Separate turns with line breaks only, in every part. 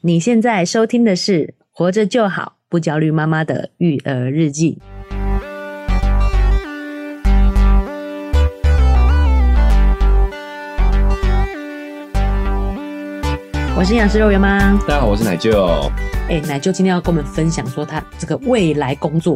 你现在收听的是《活着就好不焦虑妈妈的育儿日记》。我是营养师肉圆妈。
大家好，我是奶舅。
哎、奶舅今天要跟我们分享说他这个未来工作，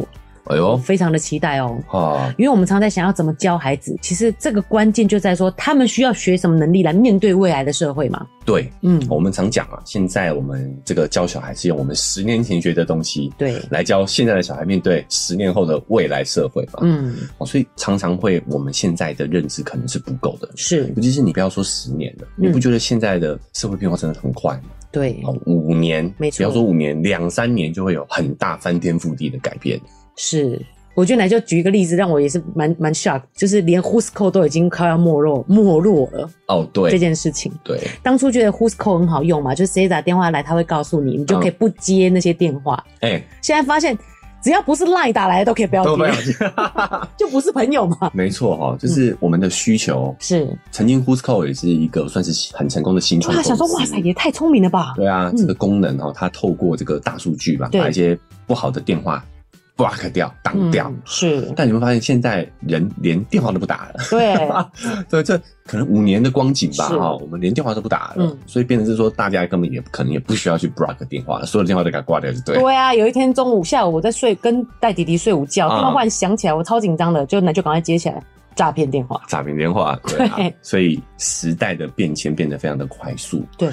我
哎呦，
非常的期待哦。
啊，
因为我们常在想要怎么教孩子，其实这个关键就在说他们需要学什么能力来面对未来的社会嘛。
对，
嗯，
我们常讲啊，现在我们这个教小孩是用我们十年前学的东西
对，
来教现在的小孩面对十年后的未来社会嘛。
嗯，
哦，所以常常会我们现在的认知可能是不够的。
是
尤其是你不要说十年了，
嗯
你不觉得现在的社会变化真的很快吗？
对，
哦，五年，
没错
不要说五年，两三年就会有很大翻天覆地的改变。
是。我觉得奶就举一个例子，让我也是蛮蛮 shock，就是连 Who'sco 都已经快要没落没落了
哦，
这
对，
件事情。
对，
当初觉得 Who'sco 很好用嘛，就是谁打电话来，他会告诉你，你就可以不接那些电话。
哎、
现在发现，只要不是 Line 打来的，都可以不要
都没有
接，， 就不是朋友嘛。
没错哈、哦，就是我们的需求
是，
曾经 Whosco 也是一个算是很成功的新创
哇，
公司。
想说哇塞，也太聪明了吧？
对啊
嗯，
这个功能哦，它透过这个大数据吧，
对
把一些不好的电话 block 掉、挡掉。
嗯、是，
但你会发现，现在人连电话都不打了。
对，
对，这可能五年的光景吧，哦
是
哈，我们连电话都不打了，
嗯
所以变成是说，大家根本也可能也不需要去 block 电话，所有的电话都给它挂掉就对了。
对啊，有一天中午、下午我在睡，跟带弟弟睡午觉，
啊
电话忽然响起来，我超紧张的，就那就赶快接起来，诈骗电话。
诈骗电话，对啊
对，
所以时代的变迁变得非常的快速，
对，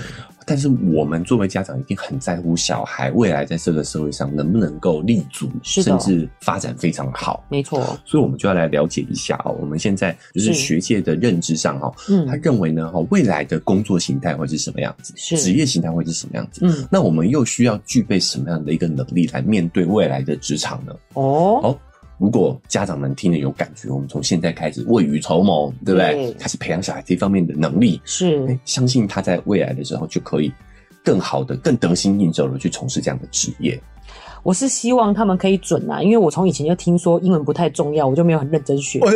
但是我们作为家长，一定很在乎小孩未来在这个社会上能不能够立足，
是的
甚至发展非常好。
没错，
所以，我们就要来了解一下哦，我们现在就是
是
学界的认知上哈、哦，他
嗯，
认为呢哈、哦，未来的工作形态会是什么样子，
是
职业形态会是什么样子。
嗯，
那我们又需要具备什么样的一个能力来面对未来的职场呢？
哦，
哦，如果家长们听了有感觉，我们从现在开始未雨绸缪，对不对？
对
开始培养小孩这方面的能力，
是
哎，相信他在未来的时候就可以更好的、更得心应手的去从事这样的职 业。
我是希望他们可以准啊，因为我从以前就听说英文不太重要，我就没有很认真学。
哦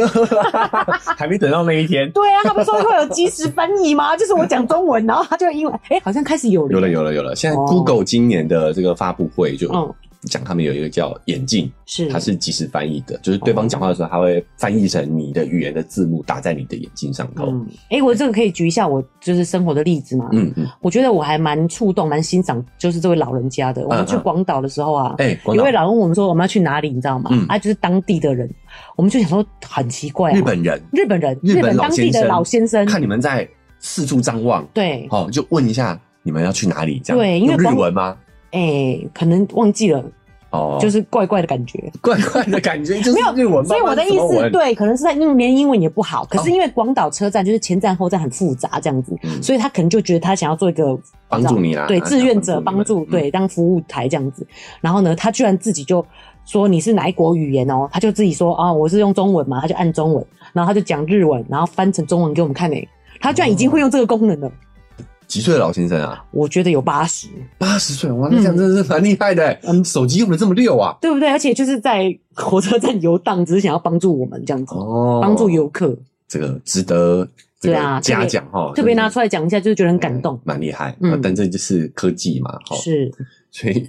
还没等到那一天，
对啊，他不是说会有即时翻译吗？就是我讲中文，然后他就英文，哎、 好像开始有了，
有了，有了，有了！现在
哦
Google 今年的这个发布会就
嗯，
讲他们有一个叫眼镜，
是，
它是即时翻译的，就是对方讲话的时候，它会翻译成你的语言的字幕打在你的眼镜上头。
嗯，哎、我这个可以举一下我就是生活的例子嘛，
嗯嗯，
我觉得我还蛮触动、蛮欣赏，就是这位老人家的。我们去广岛的时候啊，
嗯哎，广
有
岛
位老人问我们说我们要去哪里，你知道吗？
嗯
啊，就是当地的人，我们就想说很奇怪、啊，
日本人，
日本人，
日
日
本
本
老
当地
先
的
生
老先生，
看你们在四处张望，
对，
哦，就问一下你们要去哪里？这样
对因为
用日
广
文吗？
哎、可能忘记了，
哦，
就是怪怪的感觉。
怪怪的感觉，就是
没有
日文吧。
所以我的意
不然怎么
思，
文，
对，可能是在英连英文也不好，可是因为广岛车站就是前站后站很复杂这样子，
嗯
所以他可能就觉得他想要做一个
帮助你啦
对，
啊嗯
志愿者
想帮
帮
助你
助，
们
对，当服务台这样子。然后呢，他居然自己就说你是哪一国语言哦，他就自己说啊，我是用中文嘛，他就按中文，然后他就讲日文，然后翻成中文给我们看诶，他居然已经会用这个功能了，
几岁的老先生啊？
我觉得有八十，
八十岁，哇，那这样真的是蛮厉害的欸。
嗯
手机用的这么溜啊！
对不对？而且就是在火车站游荡，只是想要帮助我们这样子，
哦
帮助游客，
这个值得这
对啊
个
特别
嘉奖哈，
特别拿
真的
出来讲一下，就是觉得很感动
嗯。蛮厉害。
嗯
呃但这就是哦科技嘛，哈，
是，
所以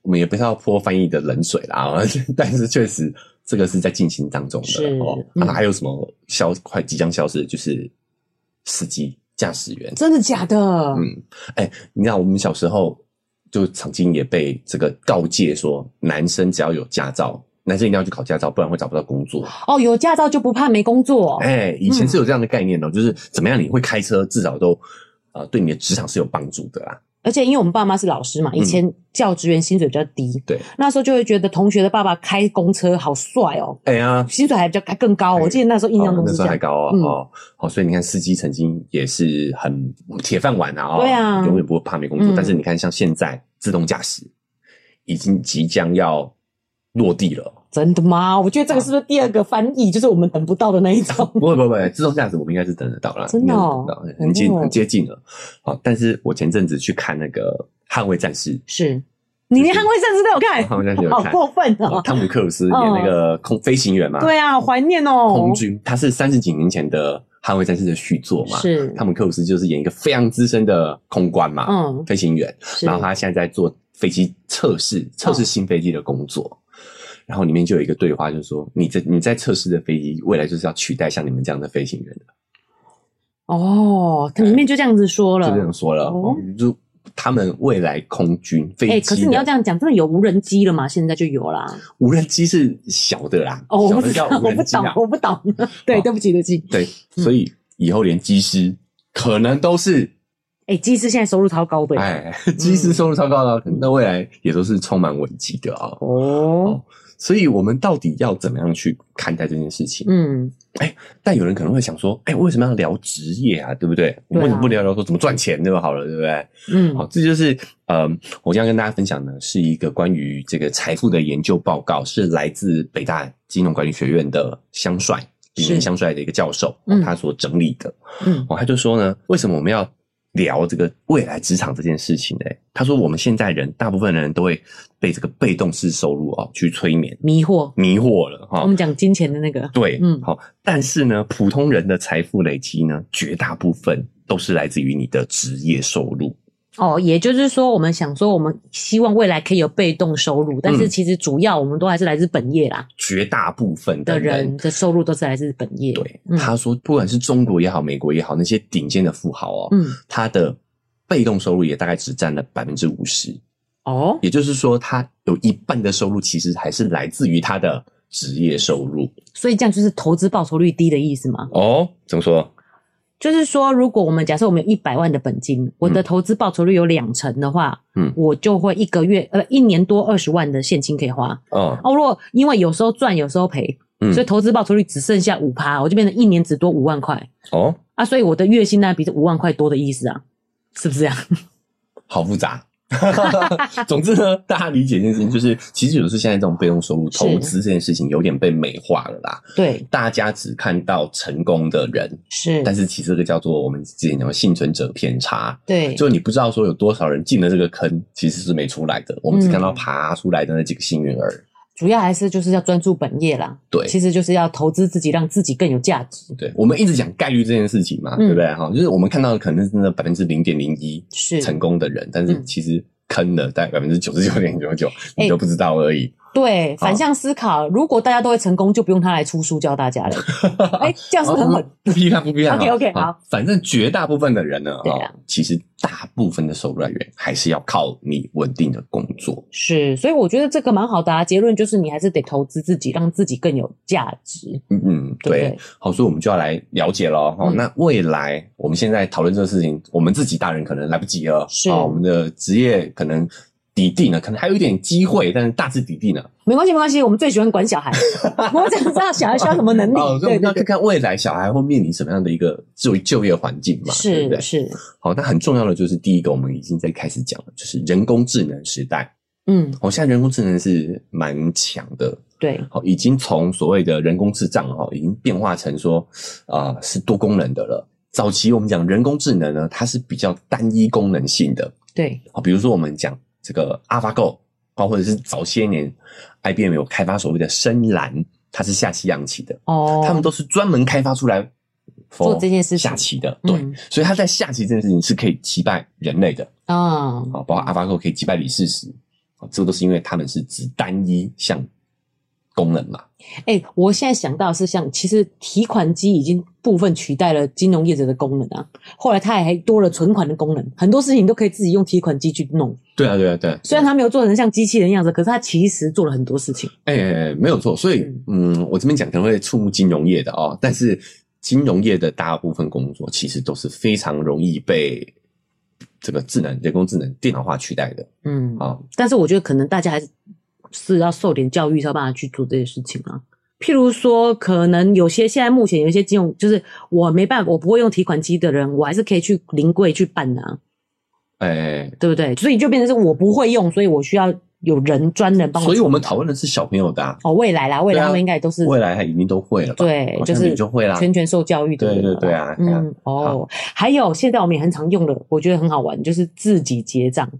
我们也不是要泼翻译的冷水啦，啊 但是确实这个是在进行当中
是
的哦。
嗯
那还有什么消快即将消失的就是司机、驾驶员，
真的假的？
嗯，哎、你知道我们小时候就曾经也被这个告诫说，男生只要有驾照，男生一定要去考驾照，不然会找不到工作。
哦，有驾照就不怕没工作。
哎、以
嗯
前是有这样的概念哦，就是怎么样你会开车，至少都呃对你的职场是有帮助的啦。
而且因为我们爸妈是老师嘛，以前教职员薪水比较低，
嗯对，
那时候就会觉得同学的爸爸开公车好帅哦，
哎呀。
薪水还比较更高。
哎
我记得那时候印象
哦
中
那
是
时
这
候还
样。
高哦，
嗯
哦，好、所以你看司机曾经也是很铁饭碗啊，哦，
对啊
永远不会怕没工作。
嗯
但是你看，像现在自动驾驶已经即将要落地了，
真的吗？我觉得这个是不是第二个翻译，就是我们等不到的那一 种？
不会不会不会，自动驾驶我们应该是等得到啦，
真的哦
应该是等得到，很接
哦
很接近了。好，但是我前阵子去看那个《捍卫战士》，
是你连《捍卫战士》都有看，
捍卫战士 有
哎好
看
过分
哦
哦！
汤姆克鲁斯演那个空飞行员嘛，
对啊，好怀念哦。
空军，他是三十几年前的捍卫战士》的续作嘛，
是，
汤姆克鲁斯就是演一个非常资深的空关嘛，
嗯，
飞行员，
是嗯
然后他现在在做飞机测试，测试新飞机的工作。然后里面就有一个对话，就是说你在你在测试的飞机，未来就是要取代像你们这样的飞行员的，
哦，它里面就这样子说了
就这。样说了，
哦
就他们未来空军飞机的、
哎，可是你要这样讲，真的有无人机了嘛？现在就有啦。
无人机是小的啦，
哦，我不
小的
知
叫
道，
无
我
人
不
机
懂嗯
啦，。
我不 懂。对，
哦
对不起，对不起。
对，所以以后连机师可能都是，
哎，机师现在收入超高的。
哎， 机师收入超高
嗯
的，那未来也都是充满危机的啊、哦。
哦，
所以我们到底要怎么样去看待这件事情？
嗯，
但有人可能会想说，哎，为什么要聊职业啊？对不对？
对啊
为什么不聊聊说怎么赚钱对吧？好了，对不对？
嗯，
好，这就是呃，我将跟大家分享的是一个关于这个财富的研究报告，是来自北大金融管理学院的香帅李
是
明香帅的一个教授，哦
嗯
他所整理的。
嗯，
哦，他就说呢，为什么我们要聊这个未来职场这件事情呢？他说，我们现在人大部分人都会被这个被动式收入哦去催眠、
迷惑。
迷惑了哈。
我们讲金钱的那个，
对，
嗯
好，但是呢，普通人的财富累积呢，绝大部分都是来自于你的职业收入。
哦，也就是说，我们想说，我们希望未来可以有被动收入，但是
嗯
其实主要我们都还是来自本业啦
绝大部分
的
的
人的收入都是来自本业。
对，
嗯
他说，不管是中国也好，美国也好，那些顶尖的富豪哦，
嗯，
他的被动收入也大概只占了百分之五十，
哦，
也就是说，他有一半的收入其实还是来自于他的职业收入。
所以这样就是投资报酬率低的意思吗？
哦，怎么说？
就是说，如果我们假设我们有一百万的本金，我的投资报酬率有两成的话，
嗯
我就会一个月呃一年多二十万的现金可以花。
哦，
哦，如果因为有时候赚有时候赔，
嗯
所以投资报酬率只剩下五趴，我就变成一年只多五万块
哦，
啊，所以我的月薪那比这五万块多的意思啊，是不是这 样？
好复杂。 总之呢，大家理解一件事情，就是其实有时候现在这种被动收入
是
投资这件事情有点被美化了啦。
对，
大家只看到成功的人，
是，
但是其实这个叫做我们之前讲的幸存者偏差。
对，
就你不知道说有多少人进了这个坑，其实是没出来的。我们只看
嗯
到爬出来的那几个幸运儿。
主要还是就是要专注本业啦。
对
其实就是要投资自己，让自己更有价值。
对，我们一直讲概率这件事情嘛，
嗯
对不对？哈，就是我们看到的可能是真的百分之零点零一
是，
成功的人，但
嗯
是
哎
其实坑了大概百分之九十九点九九，你都不知道而已。
对，反向思考，如果大家都会成功，就不用他来出书教大家 了。哎，这样是不是很
好
狠。
哦不批判，不批判。
OK，OK，好
反正绝大部分的人呢，
对
哦
啊
其实大部分的收入来源还是要靠你稳定的工作。
是，所以我觉得这个蛮好的啊。结论就是你还是得投资自己，让自己更有价值，
嗯嗯，
对不对？
好，所以我们就要来了解了哈、哦
嗯
那未来我们现在讨论这个事情，我们自己大人可能来不及了，
是
哦我们的职业可能底定了，可能还有一点机会，但是大致底定了。
没关系，没关系，我们最喜欢管小 孩，我们想知道小孩需要什么能力。
哦，所
嗯
以我
对
们要
对对，
看看未来小孩会面临什么样的一个就就业环境嘛，对
是
不对？
是，
好，那很重要的就是第一个，我们已经在开始讲了，就是人工智能时代。
嗯，
哦，现在人工智能是蛮强的，
对，
好，哦已经从所谓的人工智障哈，已经变化成说啊、是多功能的了。早期我们讲人工智能呢，它是比较单一功能性的，
对，
好，比如说我们讲这个 AlphaGo 啊，或者是早些年 IBM 有开发所谓的深蓝，它是下西洋棋的，
哦，
他们都是专门开发出来
做这件事情
下棋的，对，
嗯
所以它在下棋这件事情是可以击败人类的，
啊，
啊，包括 AlphaGo 可以击败李世石，啊这个都是因为他们是只单一项功能嘛。
哎、我现在想到的是像，其实提款机已经部分取代了金融业者的功能啊，后来它也还多了存款的功能，很多事情都可以自己用提款机去弄。
对啊，对啊，对啊。
虽然它没有做成像机器人一样子，可是它其实做了很多事情。
哎、没有错，所以嗯，我这边讲可能会触目金融业的哦，但是金融业的大部分工作其实都是非常容易被这个智能、人工智能、电脑化取代的
嗯，
啊、哦。
但是我觉得可能大家还是是要受点教育，才有办法去做这些事情啊。譬如说，可能有些现在目前有一些金融，就是我没办法，我不会用提款机的人，我还是可以去临柜去办的啊。
哎、
对不对？所以就变成是我不会用，所以我需要有人专人帮我处
所
理。
以我们讨论的是小朋友的、啊，
哦，未来啦，未来他们应该也都是
未来他已经都会了吧？
对
好，
就
像
是
你就会啦。
全权受教育的人
对
了
对
啦。
对啊对啊
嗯，哦，还有现在我们也很常用的，我觉得很好玩，就是自己结账、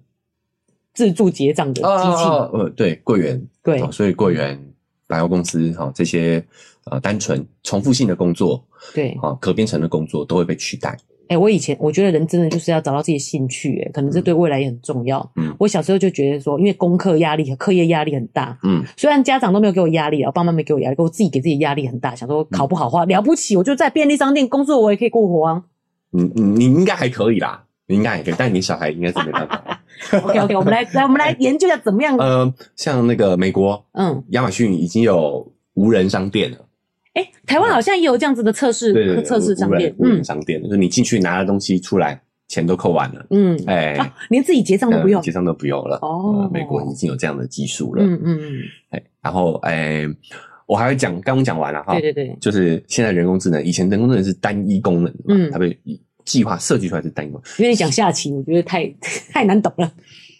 自助结账的机器。
啊哦哦哦呃，对，柜员，
对
哦所以柜员百货公司哈、这些呃单纯重复性的工作
对，
啊、可编程的工作都会被取代。
哎、我以前我觉得人真的就是要找到自己的兴趣、哎，可能这对未来也很重要。
嗯
我小时候就觉得说，因为功课压力、课业压力很大，
嗯，
虽然家长都没有给我压力啊，我爸妈没给我压力，可我自己给自己压力很大，想
嗯
说考不好的话了不起，我就在便利商店工作，我也可以过活啊。
你你嗯你应该还可以啦，你应该还可以，但你小孩应该是没办法。
OK OK，我们来来我们来研究一下怎么样。
呃，像那个美国
嗯，
亚马逊已经有无人商店了，
哎、台湾好像也有这样子的测
对对
试
对，
测试商
无
店嗯
人，无人商店，就是你进去拿了东西出来，钱都扣完了，
嗯嗯，
哎、
啊，连自己结账都不
呃
用
结。账都不用了。
哦
呃美国已经有这样的技术了。
嗯嗯嗯，
哎，然后哎，我还会讲，刚刚讲完了哈，
对对对，
就是现在人工智能，以前人工智能是单一功能的嘛，
嗯
它被计划设计出来是单一功能，
因为你讲下棋，我觉得太 太难懂了。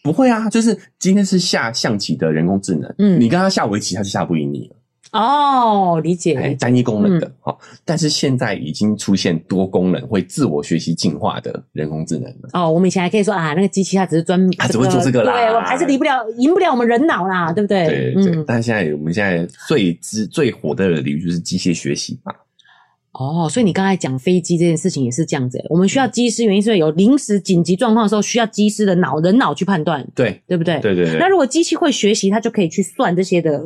不会啊，就是今天是下象棋的人工智能，
嗯
你跟他下围棋，他就下不赢你了，
哦，理解
哎，
理解。
单一功能
嗯
的哈、但是现在已经出现多功能会自我学习进化的人工智能了。
哦，我们以前还可以说啊，那个机器它只是专，
它只会做这个啦
对，我还是离不了，赢不了我们人脑啦，对不对？
对对对，
嗯，
但现在我们现在最知最火的领域就是机械学习嘛，
哦，所以你刚才讲飞机这件事情也是这样子欸，我们需要机师，原因是因为有临时紧急状况的时候，需要机师的脑人脑去判断，
对
对不对？
对对对
哎那，如果机器会学习，它就可以去算这些的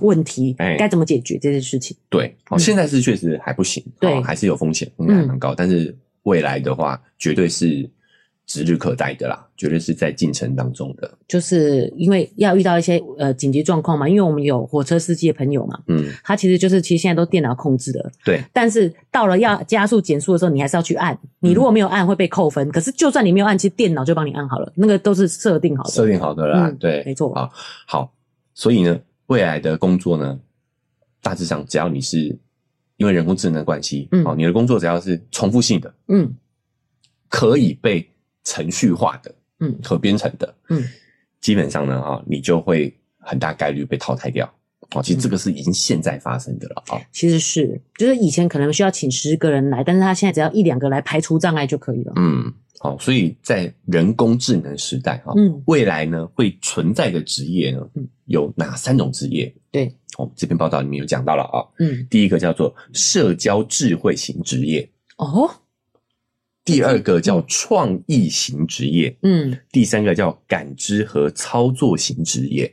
问题
哎
该怎么解决这件事情。
对，
嗯
哦，现在是确实还不行，
对嗯
哦还是有风险，风险还蛮高。但是未来的话，绝对是指日可待的啦，绝对是在进程当中的。
就是因为要遇到一些呃紧急状况嘛，因为我们有火车司机的朋友嘛，
嗯，
他其实就是其实现在都电脑控制的，
对，
但是到了要加速减速的时候，你还是要去按，你如果没有按会被扣分，可是就算你没有按，其实电脑就帮你按好了，那个都是设定好的。
设定好的啦，
嗯
对，
没错
好，好，所以呢，未来的工作呢，大致上只要你是因为人工智能的关系，
嗯
哦，你的工作只要是重复性的，
嗯
可以被程序化的，
嗯
可编程的，
嗯，
基本上呢，啊、你就会很大概率被淘汰掉。哦，
嗯
其实这个是已经现在发生的了啊、哦
其实是，就是以前可能需要请十个人来，但是他现在只要一两个来排除障碍就可以了。
嗯，好，所以在人工智能时代哈、
嗯，
未来呢会存在的职业呢
嗯，
有哪三种职业？
对，
哦，这篇报道里面有讲到了啊、
嗯，
第一个叫做社交智慧型职业，
哦，
第二个叫创意型职业，
嗯，
第三个叫感知和操作型职业。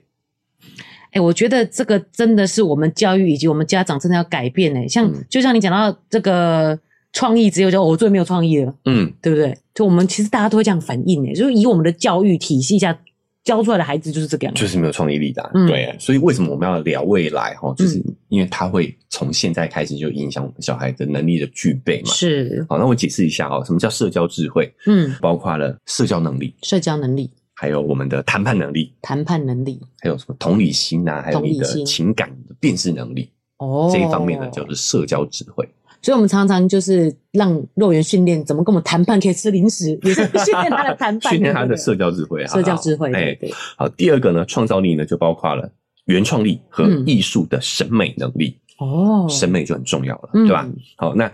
哎、我觉得这个真的是我们教育以及我们家长真的要改变哎、像、
嗯
就像你讲到这个创意，只有叫、哦我最没有创意了，
嗯，
对不对？就我们其实大家都会这样反应哎、就是以我们的教育体系下教出来的孩子就是这个样子。
就是没有创意力的啊、
嗯
对，所以为什么我们要聊未来哈？就是因为它会从现在开始就影响我们小孩的能力的具备嘛。
是，
好，那我解释一下哦，什么叫社交智慧？
嗯，
包括了社交能力，
社交能力、
还有我们的谈判能力，
谈判能力，
还有什么同理心啊，还有你
同理
的
心
情感的辨识能力，
哦，
这一方面呢就是社交智慧。
所以我们常常就是让肉圆训练怎么跟我们谈判，可以吃零食，也是 训练他的谈判，
训练他
对
的
不对
社交智慧，好
社
不好
交智慧，对
哎，
对，
好，第二个呢，创造力呢就包括了原创力和
嗯
艺术的审美能力，
哦，
审美就很重要了，
嗯
对吧？好，那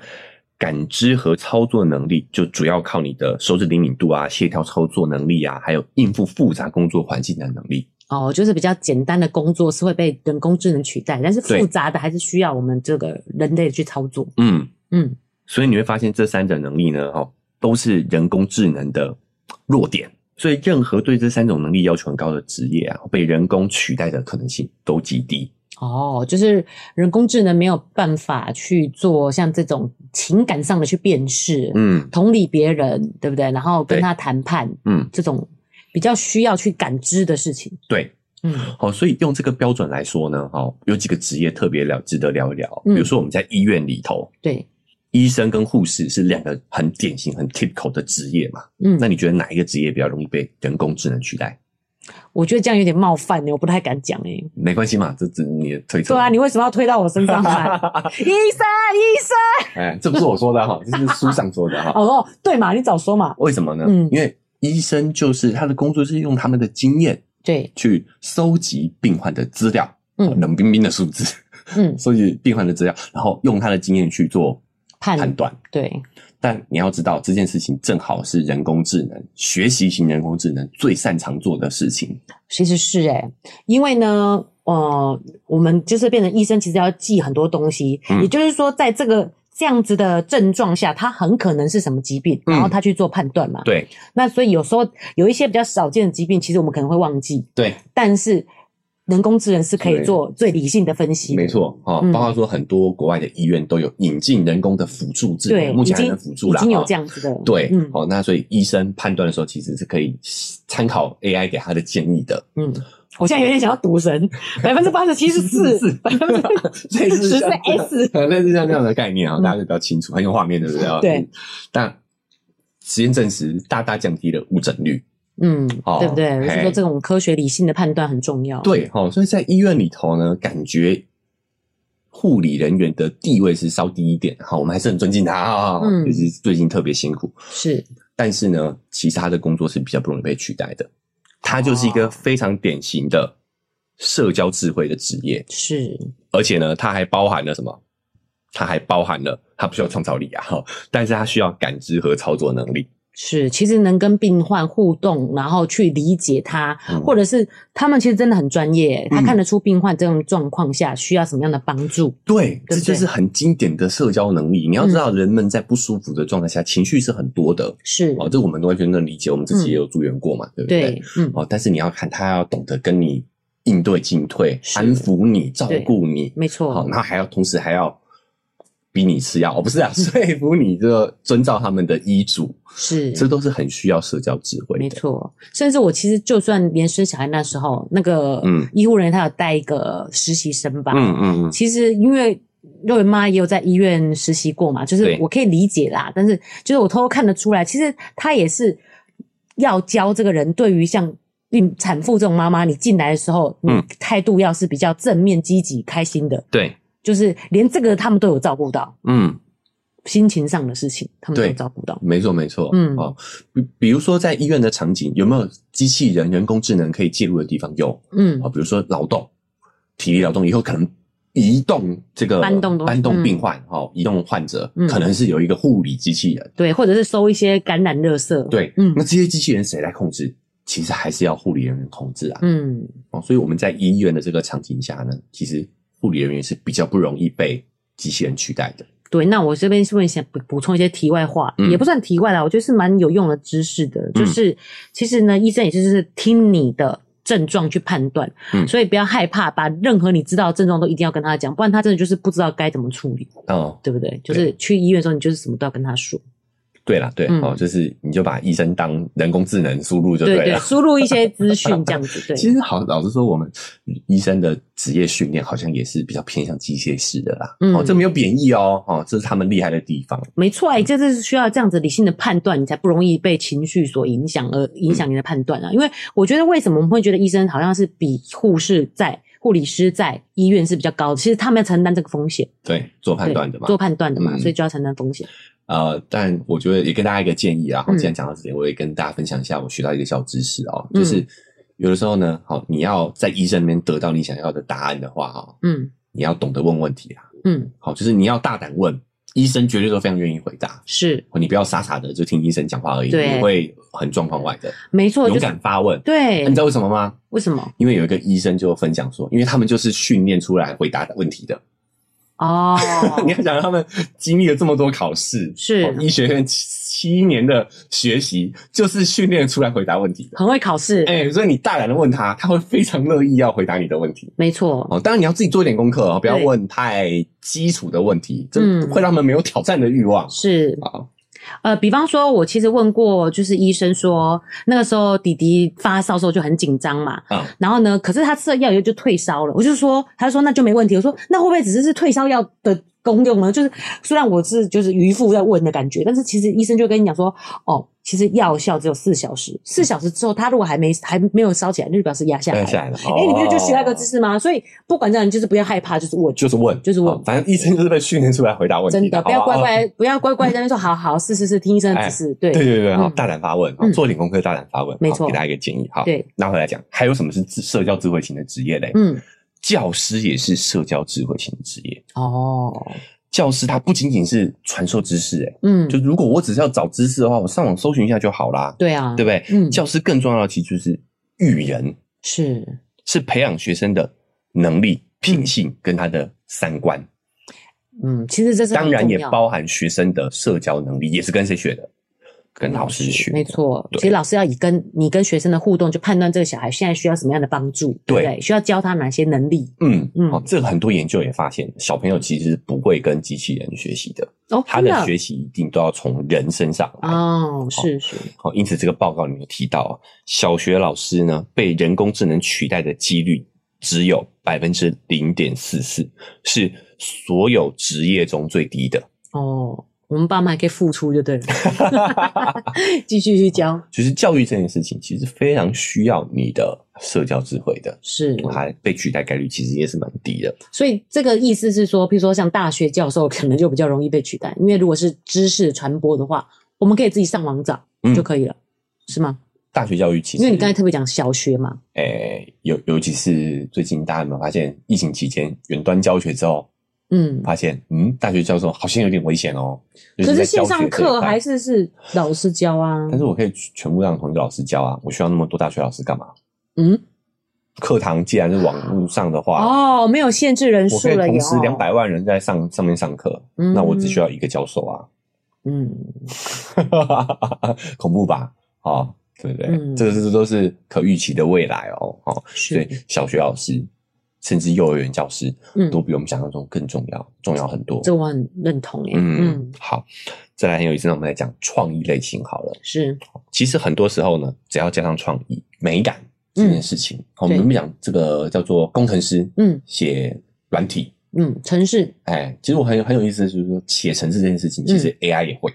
感知和操作能力就主要靠你的手指灵敏度啊、协调操作能力啊，还有应付复杂工作环境的能力。
哦，就是比较简单的工作是会被人工智能取代，但是
对
复杂的还是需要我们这个人类去操作。
嗯，
嗯，
所以你会发现这三种能力呢，哈，都是人工智能的弱点。所以，任何对这三种能力要求很高的职业啊，被人工取代的可能性都极低。
哦，就是人工智能没有办法去做像这种情感上的去辨识，
嗯
同理别人，对不对？然后跟
对
他谈判
嗯，
这种比较需要去感知的事情。
对。
嗯
好，所以用这个标准来说呢，哈，有几个职业特别了值得聊一聊。
嗯
比如说我们在医院里头，，
对，
医生跟护士是两个很典型、很 typical 的职业嘛。
嗯，
那你觉得哪一个职业比较容易被人工智能取代？
我觉得这样有点冒犯呢，我不太敢讲哎。
没关系嘛，这只是你的推测。
对 啊，你为什么要推到我身上来？ 医生，医生，
哎，这不是我说的哈，这是书上说的哈。
哦，对嘛，你早说嘛。
为什么呢？
嗯
因为医生就是他的工作是用他们的经验
对，
去搜集病患的资料，
嗯
冷冰冰的数字，
嗯，
搜集病患的资料，然后用他的经验去做判
判
断。
对，
但你要知道，这件事情正好是人工智能学习型人工智能最擅长做的事情。
欸其实是哎、因为呢，呃，我们就是变成医生，其实要记很多东西。
嗯
也就是说，在这个这样子的症状下，他很可能是什么疾病，
嗯
然后他去做判断嘛。
对
那所以有时候有一些比较少见的疾病，其实我们可能会忘记，
对，
但是人工智能是可以
对
做最理性的分析的。
没错哦
嗯，
包括说很多国外的医院都有引进人工的辅助治
对，
疗，目前还
已
能
经
辅助
已
啦，
经有
哦
这样子的。
对，
嗯
哦，那所以医生判断的时候，其实是可以参考 AI 给他的建议的。
嗯，我现在有点想要赌神，百分之八十七十四，百分之
类似
十
像
是 S，
呃 类似像这样的概念啊，
嗯
大家就比较清楚，很有画面，对不对啊？
对
嗯。但实验证实，大大降低了误诊率。
嗯，
哦
对不对？我是
嘿
说这种科学理性的判断很重要。，
对，哦，所以在医院里头呢，感觉护理人员的地位是稍低一点。哈，我们还是很尊敬他啊，
嗯
就是最近特别辛苦。
是
但是呢，其实他的工作是比较不容易被取代的，他就是一个
哦
非常典型的社交智慧的职业，
是，
而且呢，它还包含了什么？它还包含了它不需要创造力啊，哈，但是它需要感知和操作能力。
是，其实能跟病患互动，然后去理解他，
嗯
或者是他们其实真的很专业，他
嗯
看得出病患这种状况下需要什么样的帮助。
对，
对
这
不对嗯
就是很经典的社交能力。你要知道，人们在不舒服的状态下，情绪是很多的。
是，
哦，这我们都完全能理解，我们自己也有住院过嘛，对不
嗯
对？
对，嗯，
哦，但是你要看他要懂得跟你应对进退，
是
安抚你，照顾你，
没
好，
错
然，后还要同时还要逼你吃药，哦，不是啊， 说服你这个遵照他们的医嘱，
是，
这都是很需要社交智慧的。
没错。甚至我其实就算连生小孩那时候，那个
嗯
医护人员他有带一个实习生吧，
嗯嗯嗯，
其实因为肉圆妈也有在医院实习过嘛，就是
对
我可以理解啦，但是就是我偷偷看得出来，其实她也是要教这个人对于像。孕产妇这种妈妈，你进来的时候，你
嗯
态度要是比较正面、积极、开心的，
对，
就是连这个他们都有照顾到，
嗯，
心情上的事情他们都有
对
照顾到。
没错没错，
嗯
哦，比比如说在医院的场景，有没有机器人、人工智能可以介入的地方？有
嗯
啊、哦，比如说劳动、体力劳动，以后可能移动这个
搬动东西
搬动病患，哦，移动患者，
嗯
可能是有一个护理机器人，
对，或者是收一些感染热色。，
对，
嗯
那这些机器人谁来控制？其实还是要护理人员控制啊，
嗯，
哦，所以我们在医院的这个场景下呢，其实护理人员是比较不容易被机器人取代的。
对，那我这边是不是想补补充一些题外话，
嗯
也不算题外啦，我觉得是蛮有用的知识的。就是其实呢，医生也是就是听你的症状去判断，
嗯
所以不要害怕，把任何你知道的症状都一定要跟他讲，不然他真的就是不知道该怎么处理，
哦，
对不对？就是去医院的时候，你就是什么都要跟他说，
对啦，对、
嗯
哦，就是你就把医生当人工智能输入就
对
了。
输入一些资讯这样子，对，
其实好，老实说，我们医生的职业训练好像也是比较偏向机械式的啦。
嗯
哦，这没有贬义哦，哦，这是他们厉害的地方。
没错，哎，就是需要这样子理性的判断，你才不容易被情绪所影响，而影响你的判断啊。因为我觉得为什么我们会觉得医生好像是比护士在、护理师在医院是比较高的，其实他们要承担这个风险，
对，做判
对
断的嘛
做。判断的嘛，
嗯
所以就要承担风险。
呃，但我觉得也跟大家一个建议啊，我
嗯
既然讲到这里，我也跟大家分享一下我学到一个小知识哦，
嗯
就是有的时候呢，好、你要在医生那边得到你想要的答案的话，哦，
嗯
你要懂得问问题啊。
嗯，
好、就是你要大胆问，医生绝对都非常愿意回答。哦
是
你不要傻傻的就听医生讲话而已，
对
你会很状况外的。
没错，
勇
就是
敢发问，
对
你知，道为什么吗？
为什么？
因为有一个医生就分享说，因为他们就是训练出来回答的问题的。
哦，
你要想他们经历了这么多考试，
是
哦医学院七七年的学习，就是训练出来回答问题的。
很会考试，
哎、所以你大胆的问他，他会非常乐意要回答你的问题。
没错，
哦，当然你要自己做一点功课哦，不要
对
问太基础的问题，这
嗯
会让他们没有挑战的欲望。
是
好，
呃，比方说，我其实问过，就是医生说，那个时候弟弟发烧的时候就很紧张嘛，
嗯
然后呢，可是他吃了药以后就退烧了，我就说，他就说那就没问题，我说那会不会只是是退烧药的功用呢？就是虽然我是就是渔夫在问的感觉，但是其实医生就跟你讲说，哦，其实药效只有四小时，四小时之后他如果还没还没有烧起来，那就表示压下来
接
了。
下来了，哦
哎、你不就就学到一个知识吗？所以不管这样，你就是不要害怕，就是我
就是问，
就是问
哦反正医生就是被训练出来回答问题哦
真的不要
好
乖
好
乖，不要乖乖在那边说好好是是是，听医生的指示，对
哎对对对，好，
嗯
大胆发问，好哦
嗯
做点功课，大胆发问，
没
好
错
给大家一个建议。好，
对，
那回来讲，还有什么是自社交智慧型的职业嘞？
嗯。
教师也是社交智慧型的职业。
哦，
教师他不仅仅是传授知识，哎，
嗯，
就如果我只是要找知识的话，我上网搜寻一下就好啦，
对啊，
对不对？
嗯
教师更重要的其实就是育人，
是
是培养学生的能力、品性跟他的三观，
嗯，其实这是很
当然也
重要
包含学生的社交能力，也是跟谁学的？跟老师学的。
没错，
对
其实老师要以跟你跟学生的互动，就判断这个小孩现在需要什么样的帮助，对不
对
对？需要教他哪些能力？
嗯
嗯
嗯，哦，这个很多研究也发现，小朋友其实不会跟机器人学习的，
哦，
他
真
的学习一定都要从人身上来。
哦，是是，
好，因此这个报告里面有提到，哦小学老师呢被人工智能取代的几率只有百分之零点四四，是所有职业中最低的。
哦，我们爸妈还可以付出就对 了，继续去教，
就是教育这件事情，其实非常需要你的社交智慧的，
是，
它被取代概率其实也是蛮低的。
所以这个意思是说，譬如说像大学教授可能就比较容易被取代，因为如果是知识传播的话，我们可以自己上网找
嗯
就可以了，是吗？
大学教育其实，
因为你刚才特别讲小学嘛，
诶、尤尤其是最近大家有没有发现，疫情期间远端教学之后，
嗯，
发现嗯，大学教授好像有点危险哦。就
可是
在
线
教学
上
这一
课
块
还是是老师教啊，
但是我可以全部让同一个老师教啊，我需要那么多大学老师干嘛？
嗯，
课堂既然是网络上的话，
哦，没有限制人
我
数
可以
了，
同
有
时两，百万人在上上面上课，
嗯
那我只需要一个教授啊，
嗯，
恐怖吧？哦，对不对？
嗯
这个是都是可预期的未来哦，哦，所
是
以，小学老师甚至幼儿园教师
嗯，
都比我们想象中更重要，重要很多。
这我很认同耶，
嗯，
嗯，
好，再来很有意思，那我们来讲创意类型好了。
是，
其实很多时候呢，只要加上创意、美感这件事情，好我
嗯对
们讲这个叫做工程师，
嗯
写软体，
嗯，城市，
哎，其实我很有很有意思，的就是说写程式这件事情，其实 AI 也会，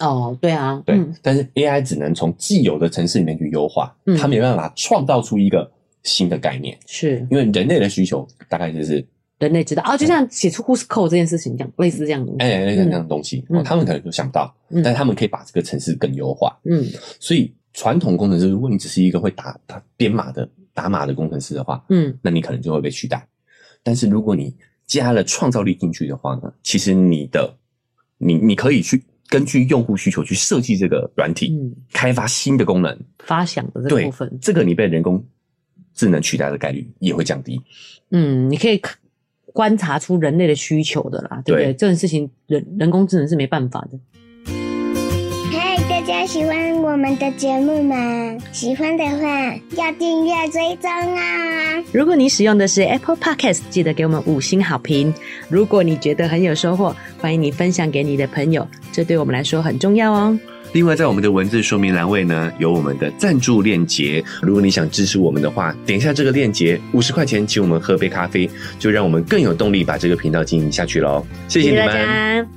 哦，对啊，
对，
嗯
但是 AI 只能从既有的程式里面去优化，
嗯
它没办法创造出一个新的概念，
是
因为人类的需求大概就是，
人类知道啊，就像写出 Who's Call 这件事情一样，类似这样的东西，
哎，那个那样的东西，
嗯
哦他们可能就想不到，
嗯
但他们可以把这个程式更优化，
嗯
所以传统工程师，如果你只是一个会打打编码的打码的工程师的话，
嗯，
那你可能就会被取代。但是如果你加了创造力进去的话呢，其实你的你你可以去根据用户需求去设计这个软体，
嗯
开发新的功能。
发想的这个
对
部分，，
这个你被人工智能取代的概率也会降低。
嗯，你可以看观察出人类的需求的啦，对不对？
对
这种事情人人工智能是没办法的。
嗨，大家喜欢我们的节目吗？喜欢的话要订阅追踪啊！
如果你使用的是 Apple Podcast，记得给我们五星好评。如果你觉得很有收获，欢迎你分享给你的朋友，这对我们来说很重要哦。
另外，在我们的文字说明栏位呢，有我们的赞助链接。如果你想支持我们的话，点一下这个链接，五十块钱请我们喝杯咖啡，就让我们更有动力把这个频道经营下去喽。谢谢你
大
们。
家，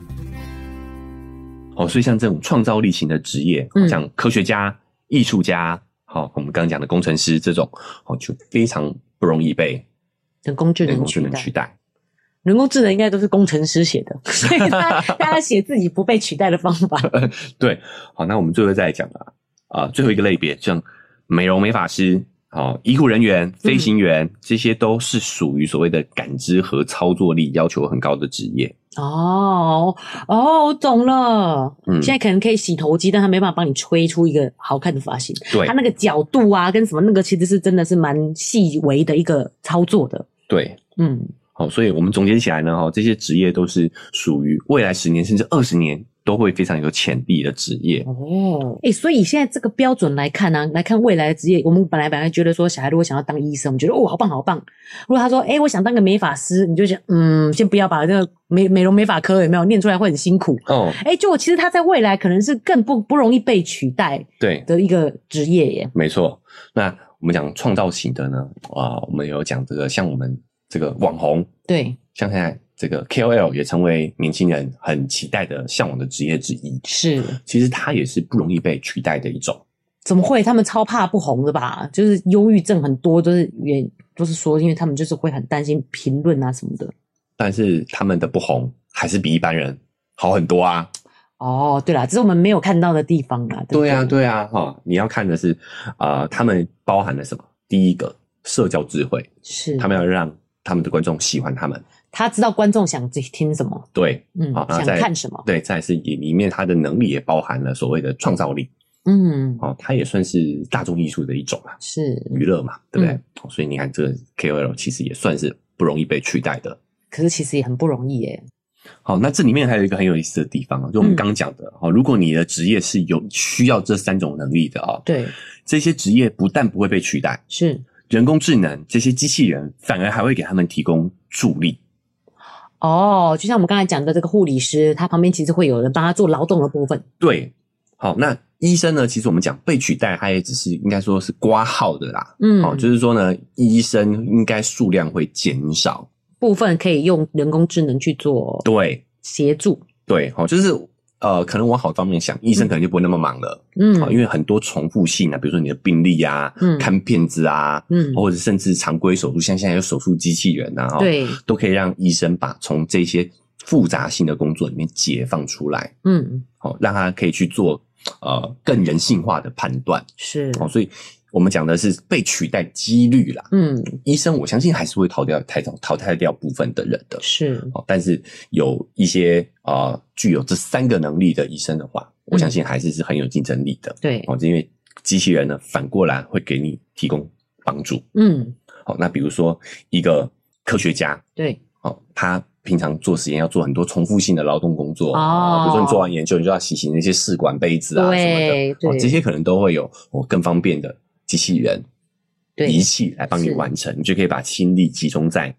哦，所以像这种创造力型的职业，哦
嗯
像科学家、艺术家，好、我们刚刚讲的工程师这种，哦，就非常不容易被
人工智
人
能
工智
取
能
代
取，代。
人工智能应该都是工程师写 的，所以他大家写自己不被取代的方法。
对，好，那我们最后再来讲啊，啊、最后一个类别，像美容美发师。好、医护人员、飞
嗯
行员，这些都是属于所谓的感知和操作力要求很高的职业。
哦哦，我懂了。
嗯
现在可能可以洗头机，但它没办法帮你吹出一个好看的发型。
对
它那个角度啊，跟什么那个其实是真的是蛮细微的一个操作的。
对，
嗯，
好，所以我们总结起来呢，哈，这些职业都是属于未来十年甚至二十年都会非常有潜力的职业。
哦，哎，所以现在这个标准来看呢、啊来看未来的职业，我们本来本来觉得说，小孩如果想要当医生，我们觉得哦，好棒好棒。如果他说，哎，我想当个美发师，你就想，嗯，先不要把这个美美容美发科有没有念出来会很辛苦。
哦，
哎，就我其实他在未来可能是更不不容易被取代
对，
的一个职业耶。
没错。那我们讲创造型的呢，啊、我们有讲这个像我们这个网红，
对，
像现在这个 KOL 也成为年轻人很期待的、向往的职业之一。
是，
其实它也是不容易被取代的一种。
怎么会？他们超怕不红的吧？就是忧郁症很多都是也都是说，因为他们就是会很担心评论啊什么的。
但是他们的不红还是比一般人好很多啊！
哦，对啦，这是我们没有看到的地方啦。对不
对啊，对啊，哈、你要看的是，啊、他们包含了什么？第一个，社交智慧，
是
他们要让他们的观众喜欢他们。
他知道观众想听什么，
对
嗯
好，那
想
再
看什么，
对，再来是里里面他的能力也包含了所谓的创造力。
嗯，
哦，它也算是大众艺术的一种啊，
是。
娱乐嘛，对不对？
嗯
哦所以你看，这个 KOL 其实也算是不容易被取代的。
可是其实也很不容易耶。
好，那这里面还有一个很有意思的地方啊，就我
嗯
们刚讲的，哦，如果你的职业是有需要这三种能力的哦，
对，
这些职业不但不会被取代，
是
人工智能这些机器人反而还会给他们提供助力。
哦，就像我们刚才讲的这个护理师，他旁边其实会有人帮他做劳动的部分。
对，好，那医生呢？其实我们讲被取代，他也只是应该说是挂号的啦。
嗯，
哦，就是说呢，医生应该数量会减少。
部分可以用人工智能去做
对
协助。
对，好、就是呃，可能往好方面想，医生可能就不会那么忙了。哦
嗯
好，因为很多重复性啊，比如说你的病例啊、
嗯
看片子啊，
嗯，
或者甚至常规手术，像现在有手术机器人啊，哦，
对，
都可以让医生把从这些复杂性的工作里面解放出来，
嗯，
好、让他可以去做呃更人性化的判断。
是，
哦，所以我们讲的是被取代几率啦。
嗯，
医生，我相信还是会淘汰淘汰淘汰掉部分的人的。
是，
哦，但是有一些啊、呃具有这三个能力的医生的话，
嗯
我相信还是是很有竞争力的。
对，
哦，因为机器人呢，反过来会给你提供帮助。
嗯，
好、那比如说一个科学家，
对，
哦，他平常做实验要做很多重复性的劳动工作
哦
啊比如说你做完研究，你就要洗洗那些试管杯子啊什么的，
对，
哦
对，，
这些可能都会有哦更方便的机器人
对
仪器来帮你
是
完成，你就可以把心力集中在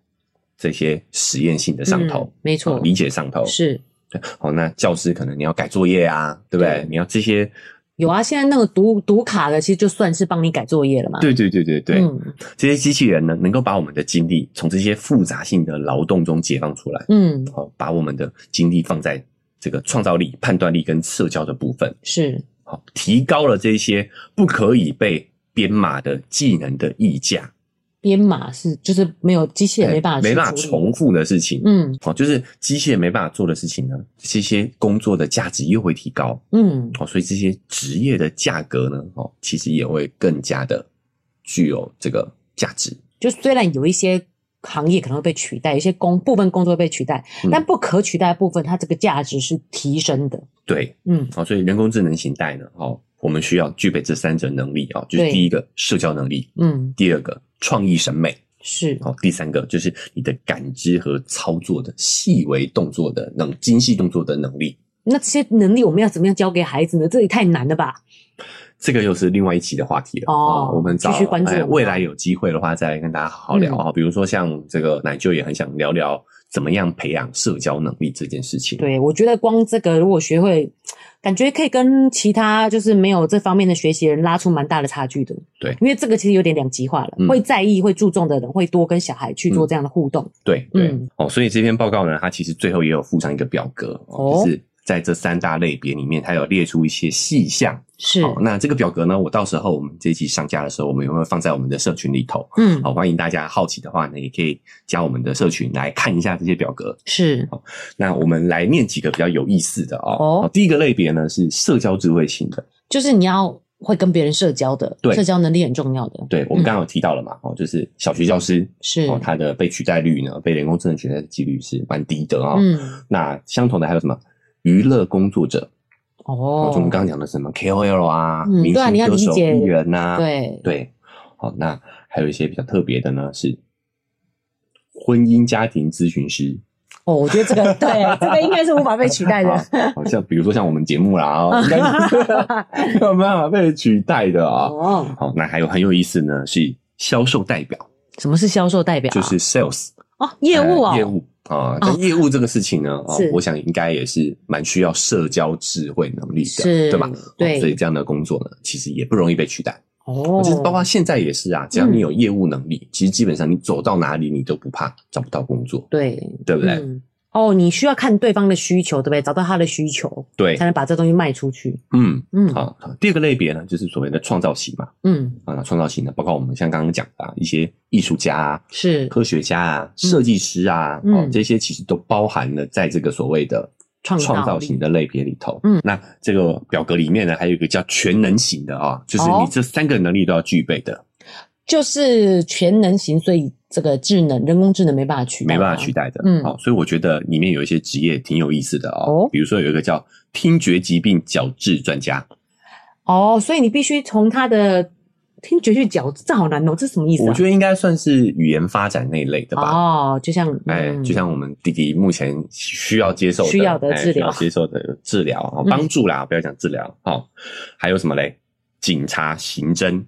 这些实验性的上头，
嗯没错
哦理解上头。
是
对哦，那教师可能你要改作业啊，对不对？
对
你要这些，
有啊。现在那个读读卡的，其实就算是帮你改作业了嘛。
对对对对对，
啊嗯
这些机器人呢，能够把我们的精力从这些复杂性的劳动中解放出来，
嗯，
哦，把我们的精力放在这个创造力、判断力跟社交的部分，
是，
好、提高了这些不可以被编码的技能的溢价。哎
编码是就是没有机器人没办法去
没办法
处理
重复的事情，
嗯
哦，就是机械没办法做的事情呢，这些工作的价值又会提高
嗯，
哦，所以这些职业的价格呢，哦，其实也会更加的具有这个价值。
就虽然有一些行业可能会被取代，有一些工部分工作会被取代，
嗯
但不可取代的部分，它这个价值是提升的。
对，
嗯，
哦，所以人工智能形态呢，哦，我们需要具备这三者能力哦，就是
对
第一个社交能力，
嗯，
第二个创意审美，
是，
哦，第三个就是你的感知和操作的细微动作的能精细动作的能力。
那这些能力我们要怎么样教给孩子呢？这也太难了吧？
这个又是另外一期的话题了
哦
我们找
继续关注
哎
我们
未来有机会的话，再来跟大家好好聊啊、比如说像这个奶舅也很想聊聊怎么样培养社交能力这件事情。，
对，我觉得光这个如果学会，感觉可以跟其他就是没有这方面的学习的人拉出蛮大的差距的。
对
因为这个其实有点两极化了，
嗯
会在意、会注重的人会多跟小孩去做这样的互动。
对对、
嗯
哦，所以这篇报告呢，它其实最后也有附上一个表格，
哦
就是在这三大类别里面，它有列出一些细项。
是
好、那这个表格呢，我到时候我们这一期上架的时候，我们也会放在我们的社群里头。
嗯，
好、欢迎大家好奇的话呢，也可以加我们的社群来看一下这些表格。
是，
那我们来念几个比较有意思的哦。
哦
好第一个类别呢是社交智慧型的，
就是你要会跟别人社交的，
对
社交能力很重要的。
对我们刚刚有提到了嘛，
嗯
哦，就是小学教师
是，
哦，他的被取代率呢，被人工智能取代的几率是蛮低的啊、
嗯，
那相同的还有什么？娱乐工作者，哦，
哦，
就我们刚刚讲的什么 KOL 啊，
嗯
明
对啊
星
你要
歌
理
手、
解
艺人呐、
对，
对，好，那还有一些比较特别的呢是婚姻家庭咨询师，
哦，我觉得这个对，这个应该是无法被取代的。
啊，好像比如说像我们节目啦，哦，应该 是 没有办法被取代的啊、
哦，
好，那还有很有意思呢，是销售代表，
什么是销售代表啊？
就是 sales
哦，业务
呃
哦，
业务啊。但业务这个事情呢，哦
是，
我想应该也是蛮需要社交智慧能力的，
是
对吧？
对
哦所以这样的工作呢，其实也不容易被取代。
哦，嗯
就是包括现在也是啊，只要你有业务能力，其实基本上你走到哪里你都不怕找不到工作，
对，
对不对？
嗯哦，你需要看对方的需求，对不对？找到他的需求，
对
才，能把这东西卖出去。
嗯，
嗯，
好。好第二个类别呢，就是所谓的创造型嘛。
嗯，
啊，创造型的，包括我们像刚刚讲的、啊、一些艺术家啊、
是
科学家啊、设计师啊，
嗯
哦，这些其实都包含了在这个所谓的
创造力
创造型的类别里头。
嗯
那这个表格里面呢，还有一个叫全能型的啊、就是你
哦
这三个能力都要具备的，
就是全能型，所以这个智能人工智能没办法取代，
没办法取。代的。
嗯
好、所以我觉得里面有一些职业挺有意思的哦，
哦
比如说有一个叫听觉疾病矫治专家，
哦，所以你必须从他的听觉去矫，这好难哦，这什么意思、啊？
我觉得应该算是语言发展那一类的吧。
哦，就像
哎，
嗯
就像我们弟弟目前需要接受的
需要的
哎
治疗嗯
需要接受的治疗哦，帮助啦，不要讲治疗哦。还有什么嘞？警察、刑侦，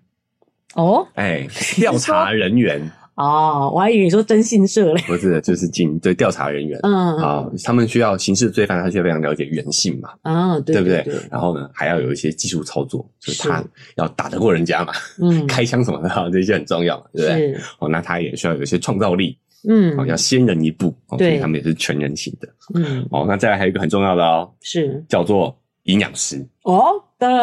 哦
哎，调查人员
哦，我还以为你说征信社嘞，
不是就是警对调查人员
嗯
啊，他们需要刑事罪犯，他需要非常了解人性嘛，
嗯，对
对不
对
对？然后呢，还要有一些技术操作，就是
是
他要打得过人家嘛，
嗯，
开枪什么的，哦这些很重要嘛，对不对？
是
哦，那他也需要有一些创造力，
嗯
哦，要先人一步，哦，所
对
以他们也是全人型的。
嗯
哦，那再来还有一个很重要的哦，
是
叫做营养师，
哦，当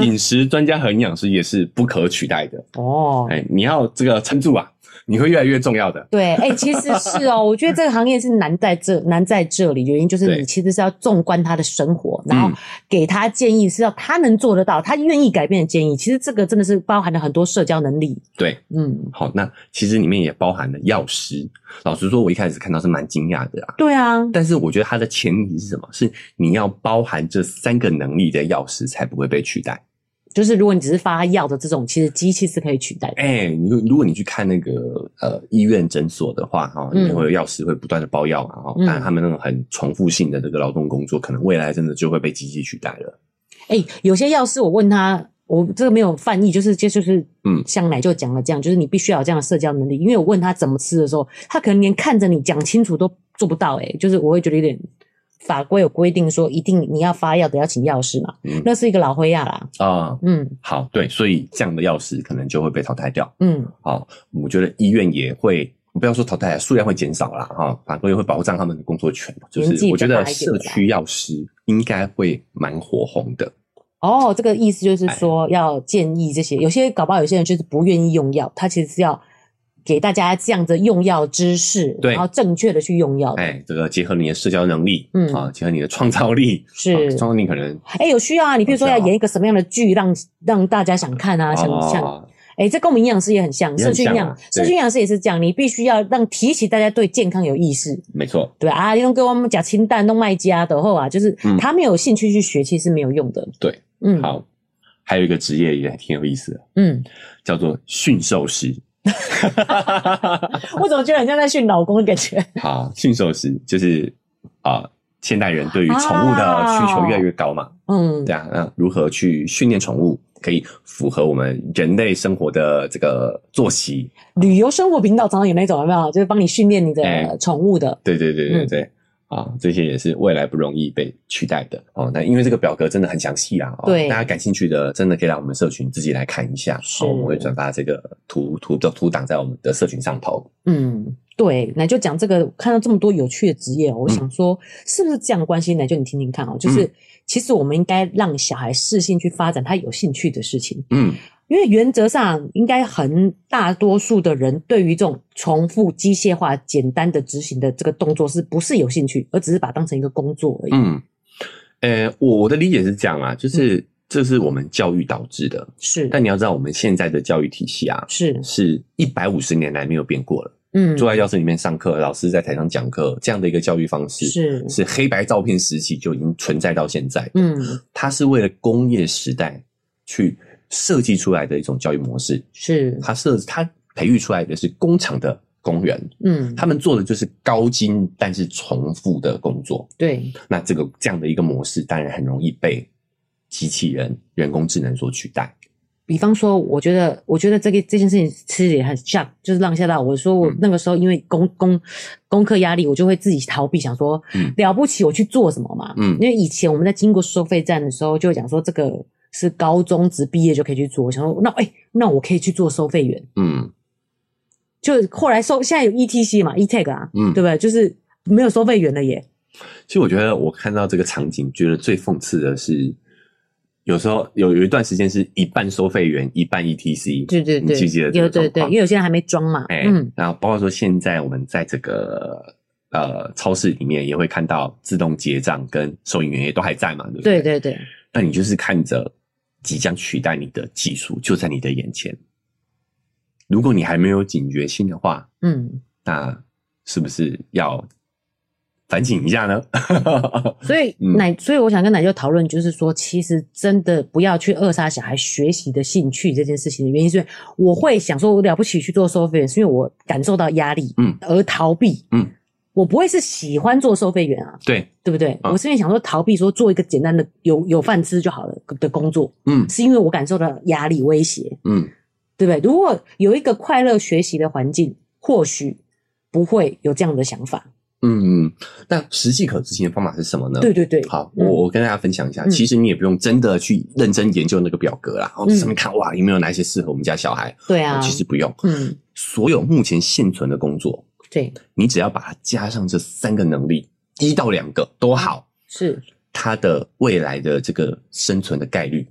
然
饮食专家和营养师也是不可取代的。
嗯哦，
哎，你要这个撑住啊，你会越来越重要的。
对，哎、其实是 哦，我觉得这个行业是难在这难在这里，原因就是
对
你其实是要纵观他的生活，然后
嗯
给他建议是要他能做得到，他愿意改变的建议。其实这个真的是包含了很多社交能力，
对，
嗯，
好，那其实里面也包含了药师。老实说，我一开始看到是蛮惊讶的啊。
对啊，
但是我觉得它的前提是什么？是你要包含这三个能力的药师才不会被取代。
就是如果你只是发药的这种，其实机器是可以取代的，
哎、你如果你去看那个呃医院诊所的话，哈、
嗯
因为药师会不断的包药嘛，哈、
嗯
但他们那种很重复性的这个劳动工作，可能未来真的就会被机器取代了。
哎、有些药师我问他，我这个没有翻译，就是这就是，
嗯
像奶就讲了这样，就是你必须要有这样的社交能力。因为我问他怎么吃的时候，他可能连看着你讲清楚都做不到、哎，就是我会觉得有点法规有规定说，一定你要发药的要请药师嘛，
嗯
那是一个老灰亚啦，
啊、
嗯
好，对，所以这样的药师可能就会被淘汰掉。
嗯，
好，我觉得医院也会。不要说淘汰，啊数量会减少啦，哈，反而会保障他们的工作权。就
年纪
是
比
我觉
较大
得
一点
社
的
区药师应该会蛮火红的。
哦，这个意思
哎
就是说要建议这些，有些搞不好有些人就是不愿意用药，他其实是要。给大家这样的用药知识，
对
然后正确的去用药的，
哎，这个结合你的社交能力，
嗯
啊，结合你的创造力，
是
啊创造力可能
哎、有需要啊！你比如说
好
要
像
演一个什么样的剧，让让大家想看啊，想想，
哦
哎、这跟我们营养师也很像，
也
社
很
区营
像
养
啊
社
对
区营养师也是这样，你必须要让提起大家对健康有意识，
没错，
对吧啊，用给我们讲清淡、弄卖家的后啊，就是
嗯
他没有兴趣去学，其实是没有用的。
对，
嗯，，
好，还有一个职业也挺有意思的，
嗯，
叫做驯兽师。
我怎么觉得很像在训老公的感觉？
好，驯兽师就是啊、现代人对于宠物的
啊
需求越来越高嘛，
嗯，
对啊，那如何去训练宠物可以符合我们人类生活的这个作息？
旅游生活频道常常有那种有没有？就是帮你训练你的
哎
宠物的，
对对对对
嗯
对。啊，这些也是未来不容易被取代的哦。那因为这个表格真的很详细啦，哦、
对
大家感兴趣的，真的可以来我们社群自己来看一下。
是
哦我们会转发这个图图的图档在我们的社群上头。
嗯。对，奶就讲这个，看到这么多有趣的职业哦，我
嗯
想说，是不是这样的关系？奶就你听听看哦，就是、其实我们应该让小孩适性去发展他有兴趣的事情，
嗯，
因为原则上应该很大多数的人对于这种重复机械化、简单的执行的这个动作是不是有兴趣，而只是把它当成一个工作而已。
嗯，呃，我我的理解是这样啊，就是这是我们教育导致的。
是，
但你要知道，我们现在的教育体系啊，
是，
是一百五十年来没有变过了。
嗯，
坐在教室里面上课，老师在台上讲课，这样的一个教育方式
是
是黑白照片时期就已经存在到现在的。
嗯，
它是为了工业时代去设计出来的一种教育模式，
是，
它设它培育出来的是工厂的工人，
嗯，
他们做的就是高精但是重复的工作。
对，
那这个这样的一个模式，当然很容易被机器人、人工智能所取代。
比方说，我觉得，我觉得这个这件事情其实也很 shock，就是让吓到我。说我
嗯
那个时候因为功功功课压力，我就会自己逃避，想说、
嗯
了不起我去做什么嘛。
嗯
因为以前我们在经过收费站的时候，就会讲说这个是高中职毕业就可以去做。我想说，那哎、那我可以去做收费员。
嗯
就后来收现在有 ETC 嘛，ETag 啊，
嗯
对不对？就是没有收费员了耶。
其实我觉得我看到这个场景，觉得最讽刺的是，有时候有有一段时间是一半收费员，一半 ETC，
对对嗯对，
你记不记得这
有
个
对对，
状
因为
况？
有些人还没装嘛。
哎、
嗯，
然后包括说现在我们在这个呃超市里面也会看到自动结账跟收银员也都还在嘛，对不
对对对，
那你就是看着即将取代你的技术就在你的眼前，如果你还没有警觉性的话，
嗯，
那是不是要反省一下呢？
所以
嗯
奶，所以我想跟奶舅讨论，就是说，其实真的不要去扼杀小孩学习的兴趣这件事情的原因，是因为我会想说，我了不起去做收费员，是因为我感受到压力，
嗯，
而逃避，
嗯，
我不会是喜欢做收费员啊，
对，
对不对？
嗯
我是因为想说逃避，说做一个简单的有有饭吃就好了的工作，
嗯
是因为我感受到压力威胁，
嗯，
对不对？如果有一个快乐学习的环境，或许不会有这样的想法。
嗯，嗯，那实际可执行的方法是什么呢？
对对对，
好，
嗯
我我跟大家分享一下，
嗯
其实你也不用真的去认真研究那个表格啦，然后
嗯
上面看哇有没有哪一些适合我们家小孩，
对啊，
其实不用，
嗯，
所有目前现存的工作，
对，
你只要把它加上这三个能力，一到两个都好，
是
它的未来的这个生存的概率，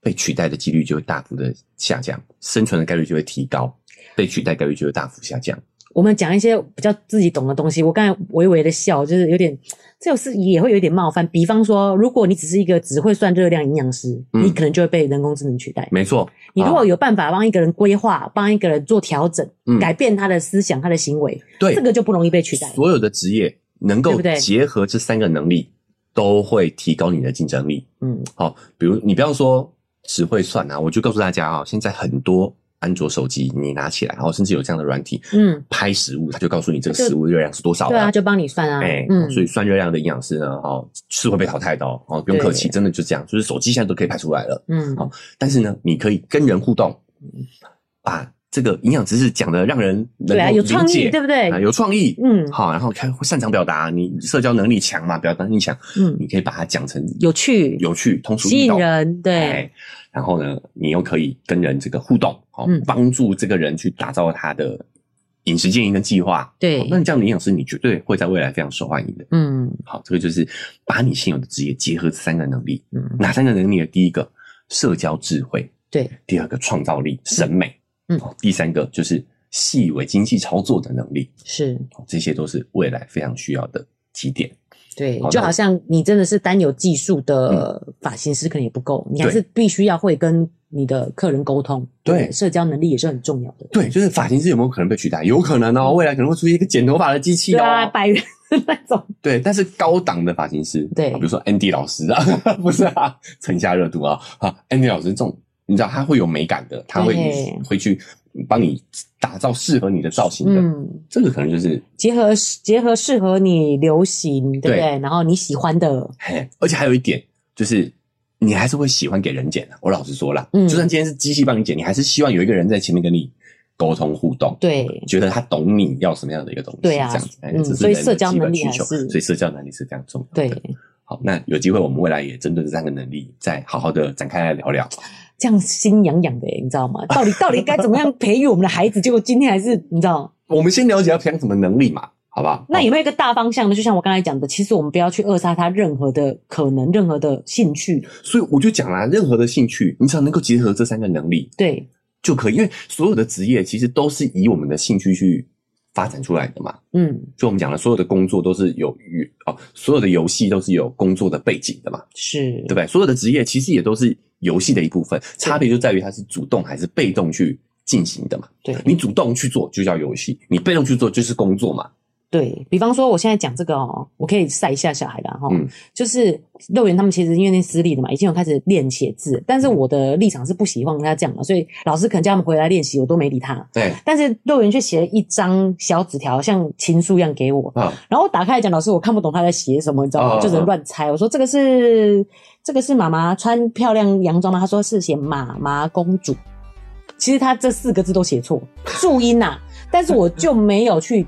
被取代的几率就会大幅的下降，生存的概率就会提高，被取代概率就会大幅下降。
我们讲一些比较自己懂的东西。我刚才微微的笑，就是有点，这种事也会有点冒犯。比方说，如果你只是一个只会算热量营养师，
嗯
你可能就会被人工智能取代。
没错，
你如
啊
果有办法帮一个人规划，帮一个人做调整，
嗯
改变他的思想、他的行为，
对
这个就不容易被取代。
所有的职业能
对
够
不对
结合这三个能力，都会提高你的竞争力。
嗯，
好，比如你不要说只会算啊，我就告诉大家啊、现在很多安卓手机你拿起来，然后甚至有这样的软体，
嗯，
拍食物，它就告诉你这个
就
食物热量是多少
对啊，
了。
就帮你算啊。
哎、
嗯，
所以算热量的营养师呢，哦，是会被淘汰的哦，哦，不用
对
客气，真的就这样，就是手机现在都可以拍出来了。
嗯，
好但是呢，你可以跟人互动，把这个营养知识讲的让人能
对啊，
够
有
理
创意，
解，
对不对
啊？有创意，
嗯
好，然后看擅长表达，你社交能力强嘛，表达能力强，
嗯，
你可以把它讲成
有趣，
有趣、通俗
吸
易
引
懂，
人，对，
哎，然后呢，你又可以跟人这个互动，好、
嗯
帮助这个人去打造他的饮食建议跟计划。
对
哦那你这样的营养师，你绝对会在未来非常受欢迎的。
嗯
好，这个就是把你现有的职业结合这三个能力，
嗯，
哪三个能力呢？第一个社交智慧，
对，
第二个创造力、审美，
嗯
好第三个就是细微精细操作的能力，
是。
好这些都是未来非常需要的几点。
对
好，
就
那嗯
好像你真的是单有技术的发型师可能也不够，你还
对
是必须要会跟你的客人沟通，
对
社交能力也是很重要的。
对，就是发型师有没有可能被取代？有可能哦，未来可能会出现一个剪头发的机器
对
哦。
啊，百元那种，
对，但是高档的发型师，
对
啊比如说 Andy 老师啊， 不是啊，蹭一下热度啊，啊，Andy 老师这种，你知道他会有美感的，他会
对
会去帮你打造适合你的造型的，
嗯，
这个可能就是
结合结合适合你流行，对不对？
对
然后你喜欢的，
嘿，而且还有一点就是。你还是会喜欢给人剪啊的，我老实说啦，
嗯
就算今天是机器帮你剪，你还是希望有一个人在前面跟你沟通互动，
对
觉得他懂你要什么样的一个东西，
对啊
这样子，哎
嗯
这是
所以
人的
社交
基本
能力
需
还
求
是
所以社交能力是非常重要的。
对，
好，那有机会我们未来也针对这三个能力，再好好的展开来聊聊。
这样心痒痒的，你知道吗？ 到底到底该怎么样培育我们的孩子？结果今天还是你知道，
我们先了解要培养什么能力嘛，好不好？
那
好
有没有一个大方向呢？就像我刚才讲的，其实我们不要去扼杀他任何的可能，任何的兴趣，
所以我就讲啦，任何的兴趣，你只要能够结合这三个能力
对，
就可以，因为所有的职业其实都是以我们的兴趣去发展出来的嘛。
嗯，
就我们讲了，所有的工作都是有与哦，所有的游戏都是有工作的背景的嘛，
是，
对不对？所有的职业其实也都是游戏的一部分，差别就在于它是主动还是被动去进行的嘛。
对，
你主动去做就叫游戏，你被动去做就是工作嘛。
对比方说，我现在讲这个哦，我可以晒一下小孩啦哈、
嗯
就是幼儿园他们其实因为那私立的嘛，已经有开始练写字，但是我的立场是不喜欢他这样的，所以老师可能叫他们回来练习，我都没理他。
对
但是幼儿园却写了一张小纸条，像情书一样给我，
啊，
然后我打开来讲，老师我看不懂他在写什么，你知道吗？
啊
就只能乱猜。我说这个是这个是妈妈穿漂亮洋装吗？他说是写妈妈公主，其实他这四个字都写 错，注音呐、但是我就没有去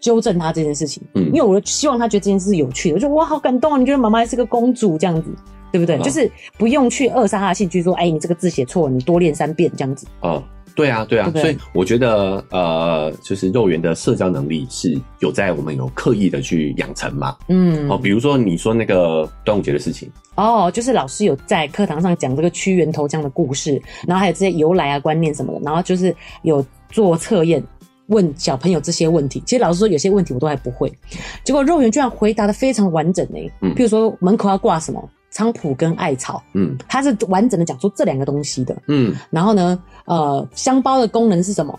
纠正他这件事情，
嗯
因为我希望他觉得这件事是有趣的。我就哇，好感动啊！你觉得妈妈是个公主这样子，对不对？
啊
就是不用去扼杀他的兴趣，说哎，你这个字写错，你多练三遍这样子。
哦，对啊，对啊，
对不对
所以我觉得呃，就是肉圆的社交能力是有在我们有刻意的去养成嘛。
嗯，
哦，比如说你说那个端午节的事情，
哦，就是老师有在课堂上讲这个屈原投江的故事，然后还有这些由来啊、观念什么的，然后就是有做测验，问小朋友这些问题。其实老师说有些问题我都还不会， 结果肉圆居然回答的非常完整诶、
嗯
譬如说门口要挂什么菖蒲跟艾草，
嗯
他是完整的讲出这两个东西的。
嗯
然后呢，呃，香包的功能是什么？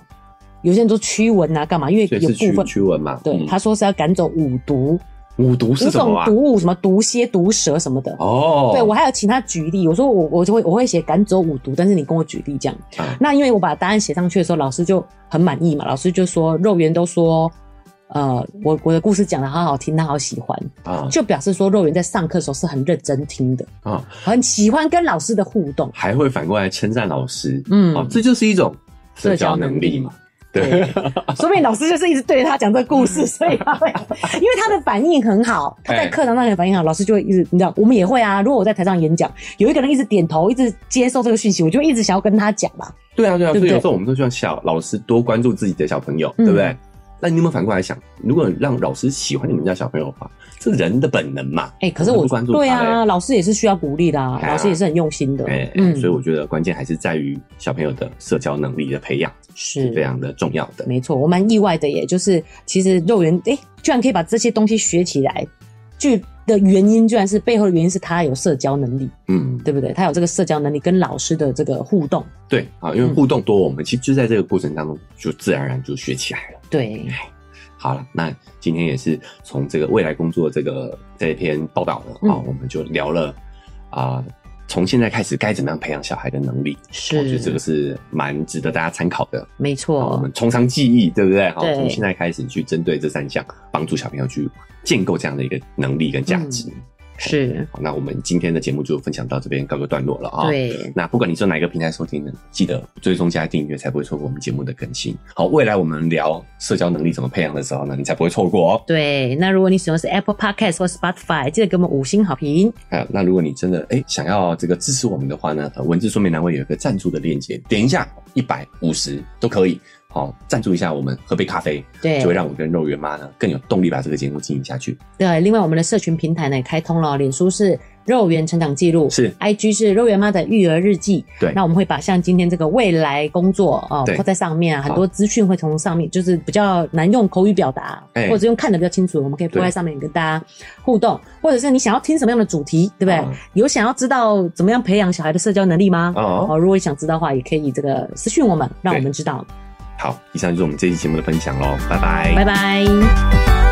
有些人说驱蚊啊，干嘛？因为
所以
有
是驱
部分
驱蚊嘛。
对
嗯
他说是要赶走五毒，
五毒
五
是什么
种
啊
毒？物，什么毒蝎、毒蛇什么的。
哦，
对我还有请他举例，我说我我就会我会写赶走五毒，但是你跟我举例这样。
啊
那因为我把答案写上去的时候，老师就很满意嘛，老师就说肉圆都说，呃，我我的故事讲的好好听，他好喜欢，
啊
就表示说肉圆在上课的时候是很认真听的，
啊，
很喜欢跟老师的互动。
还会反过来称赞老师，
嗯
哦，这就是一种
社
社
交
交
能
能
力
力嘛。对，
说不定老师就是一直对着他讲这个故 事，所以他会，因为他的反应很好，他在
哎
课堂上的反应好，老师就会一直，你知道，我们也会啊。如果我在台上演讲，有一个人一直点头，一直接受这个讯息，我就会一直想要跟他讲嘛。
对啊，对啊，
对不
所以有
对
时候我们都希望小老师多关注自己的小朋友，
嗯
对不对？那你有没有反过来想，如果让老师喜欢你们家小朋友的话，这人的本能嘛？
哎、可是
我
我
不关注他
对啊，老师也是需要鼓励的、啊，
哎呀
老师也是很用心的。
哎、
嗯，
所以我觉得关键还是在于小朋友的社交能力的培养，
是
非常的重要的。
没错，我蛮意外的耶，就是其实肉圆哎、居然可以把这些东西学起来，剧的原因居然是背后的原因是他有社交能力，
嗯，
对不对？他有这个社交能力跟老师的这个互动，
对啊，因
嗯
为互动多，我们其实就在这个过程当中，就自然而然就学起来了。
对，
好了，那今天也是从这个未来工作这个这一篇报道呢，
嗯
啊、我们就聊了啊、从现在开始该怎么样培养小孩的能力，
是
我觉得这个是蛮值得大家参考的。
没
好，我
错
们，从长计议，对不对？好，
对
从现在开始去针对这三项，帮助小朋友去建构这样的一个能力跟价值。
嗯是，
好，那我们今天的节目就分享到这边告一个段落了啊、
对，
那不管你是哪一个平台收听呢，记得追踪加订阅，才不会错过我们节目的更新。好，未来我们聊社交能力怎么培养的时候呢，你才不会错过哦。
对。那如果你使用的是 Apple Podcast 或 Spotify，记得给我们五星好评。
还有，那如果你真的哎、诶想要这个支持我们的话呢，呃文字说明栏位有一个赞助的链接，点一下一百五十都可以。好、赞助一下我们喝杯咖啡，
对
就会让我跟肉圆妈呢更有动力把这个节目经营下去。
对，另外我们的社群平台呢也开通了，脸书是肉圆成长记录，
是
IG 是肉圆妈的育儿日记。
对
那我们会把像今天这个未来工作哦
对
放在上面啊，很
好
多资讯会从上面，就是比较难用口语表达，
哎
或者用看的比较清楚，我们可以铺
对
在上面跟大家互动，或者是你想要听什么样的主题，对不对？
嗯
有想要知道怎么样培养小孩的社交能力吗？
哦
哦，如果你想知道的话，也可以这个私讯我们，让我
对
们知道。
好，以上就是我们这期节目的分享喽，拜
拜拜。